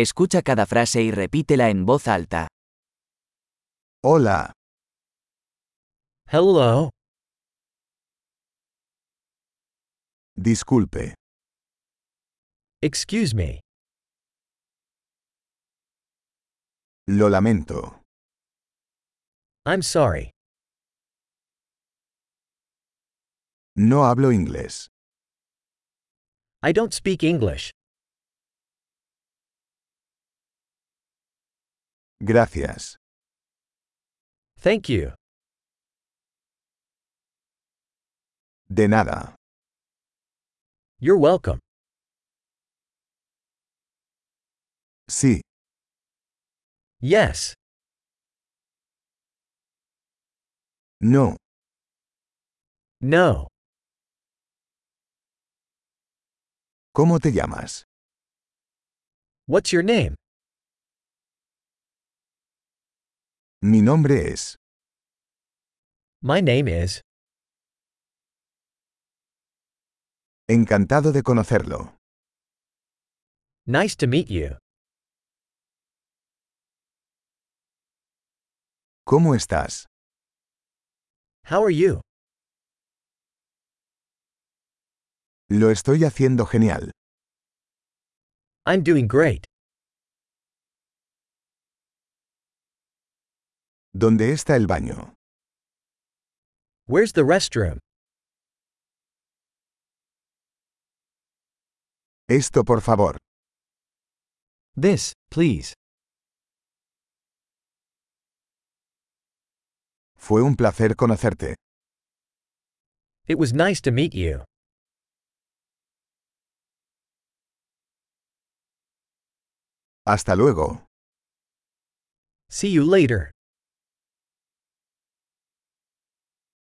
Escucha cada frase y repítela en voz alta. Hola, Hello. disculpe, Excuse me. lo lamento. I'm sorry. No hablo inglés. I don't speak English. Gracias. Thank you. De nada. You're welcome. Sí, Yes. no, No. ¿cómo te llamas? What's your name? Mi nombre es. My name is. Encantado de conocerlo. Nice to meet you. ¿Cómo estás? How are you? Lo estoy haciendo genial. I'm doing great. ¿Dónde está el baño? Where's the restroom? Esto, por favor. This, please. Fue un placer conocerte. It was nice to meet you. Hasta luego. See you later.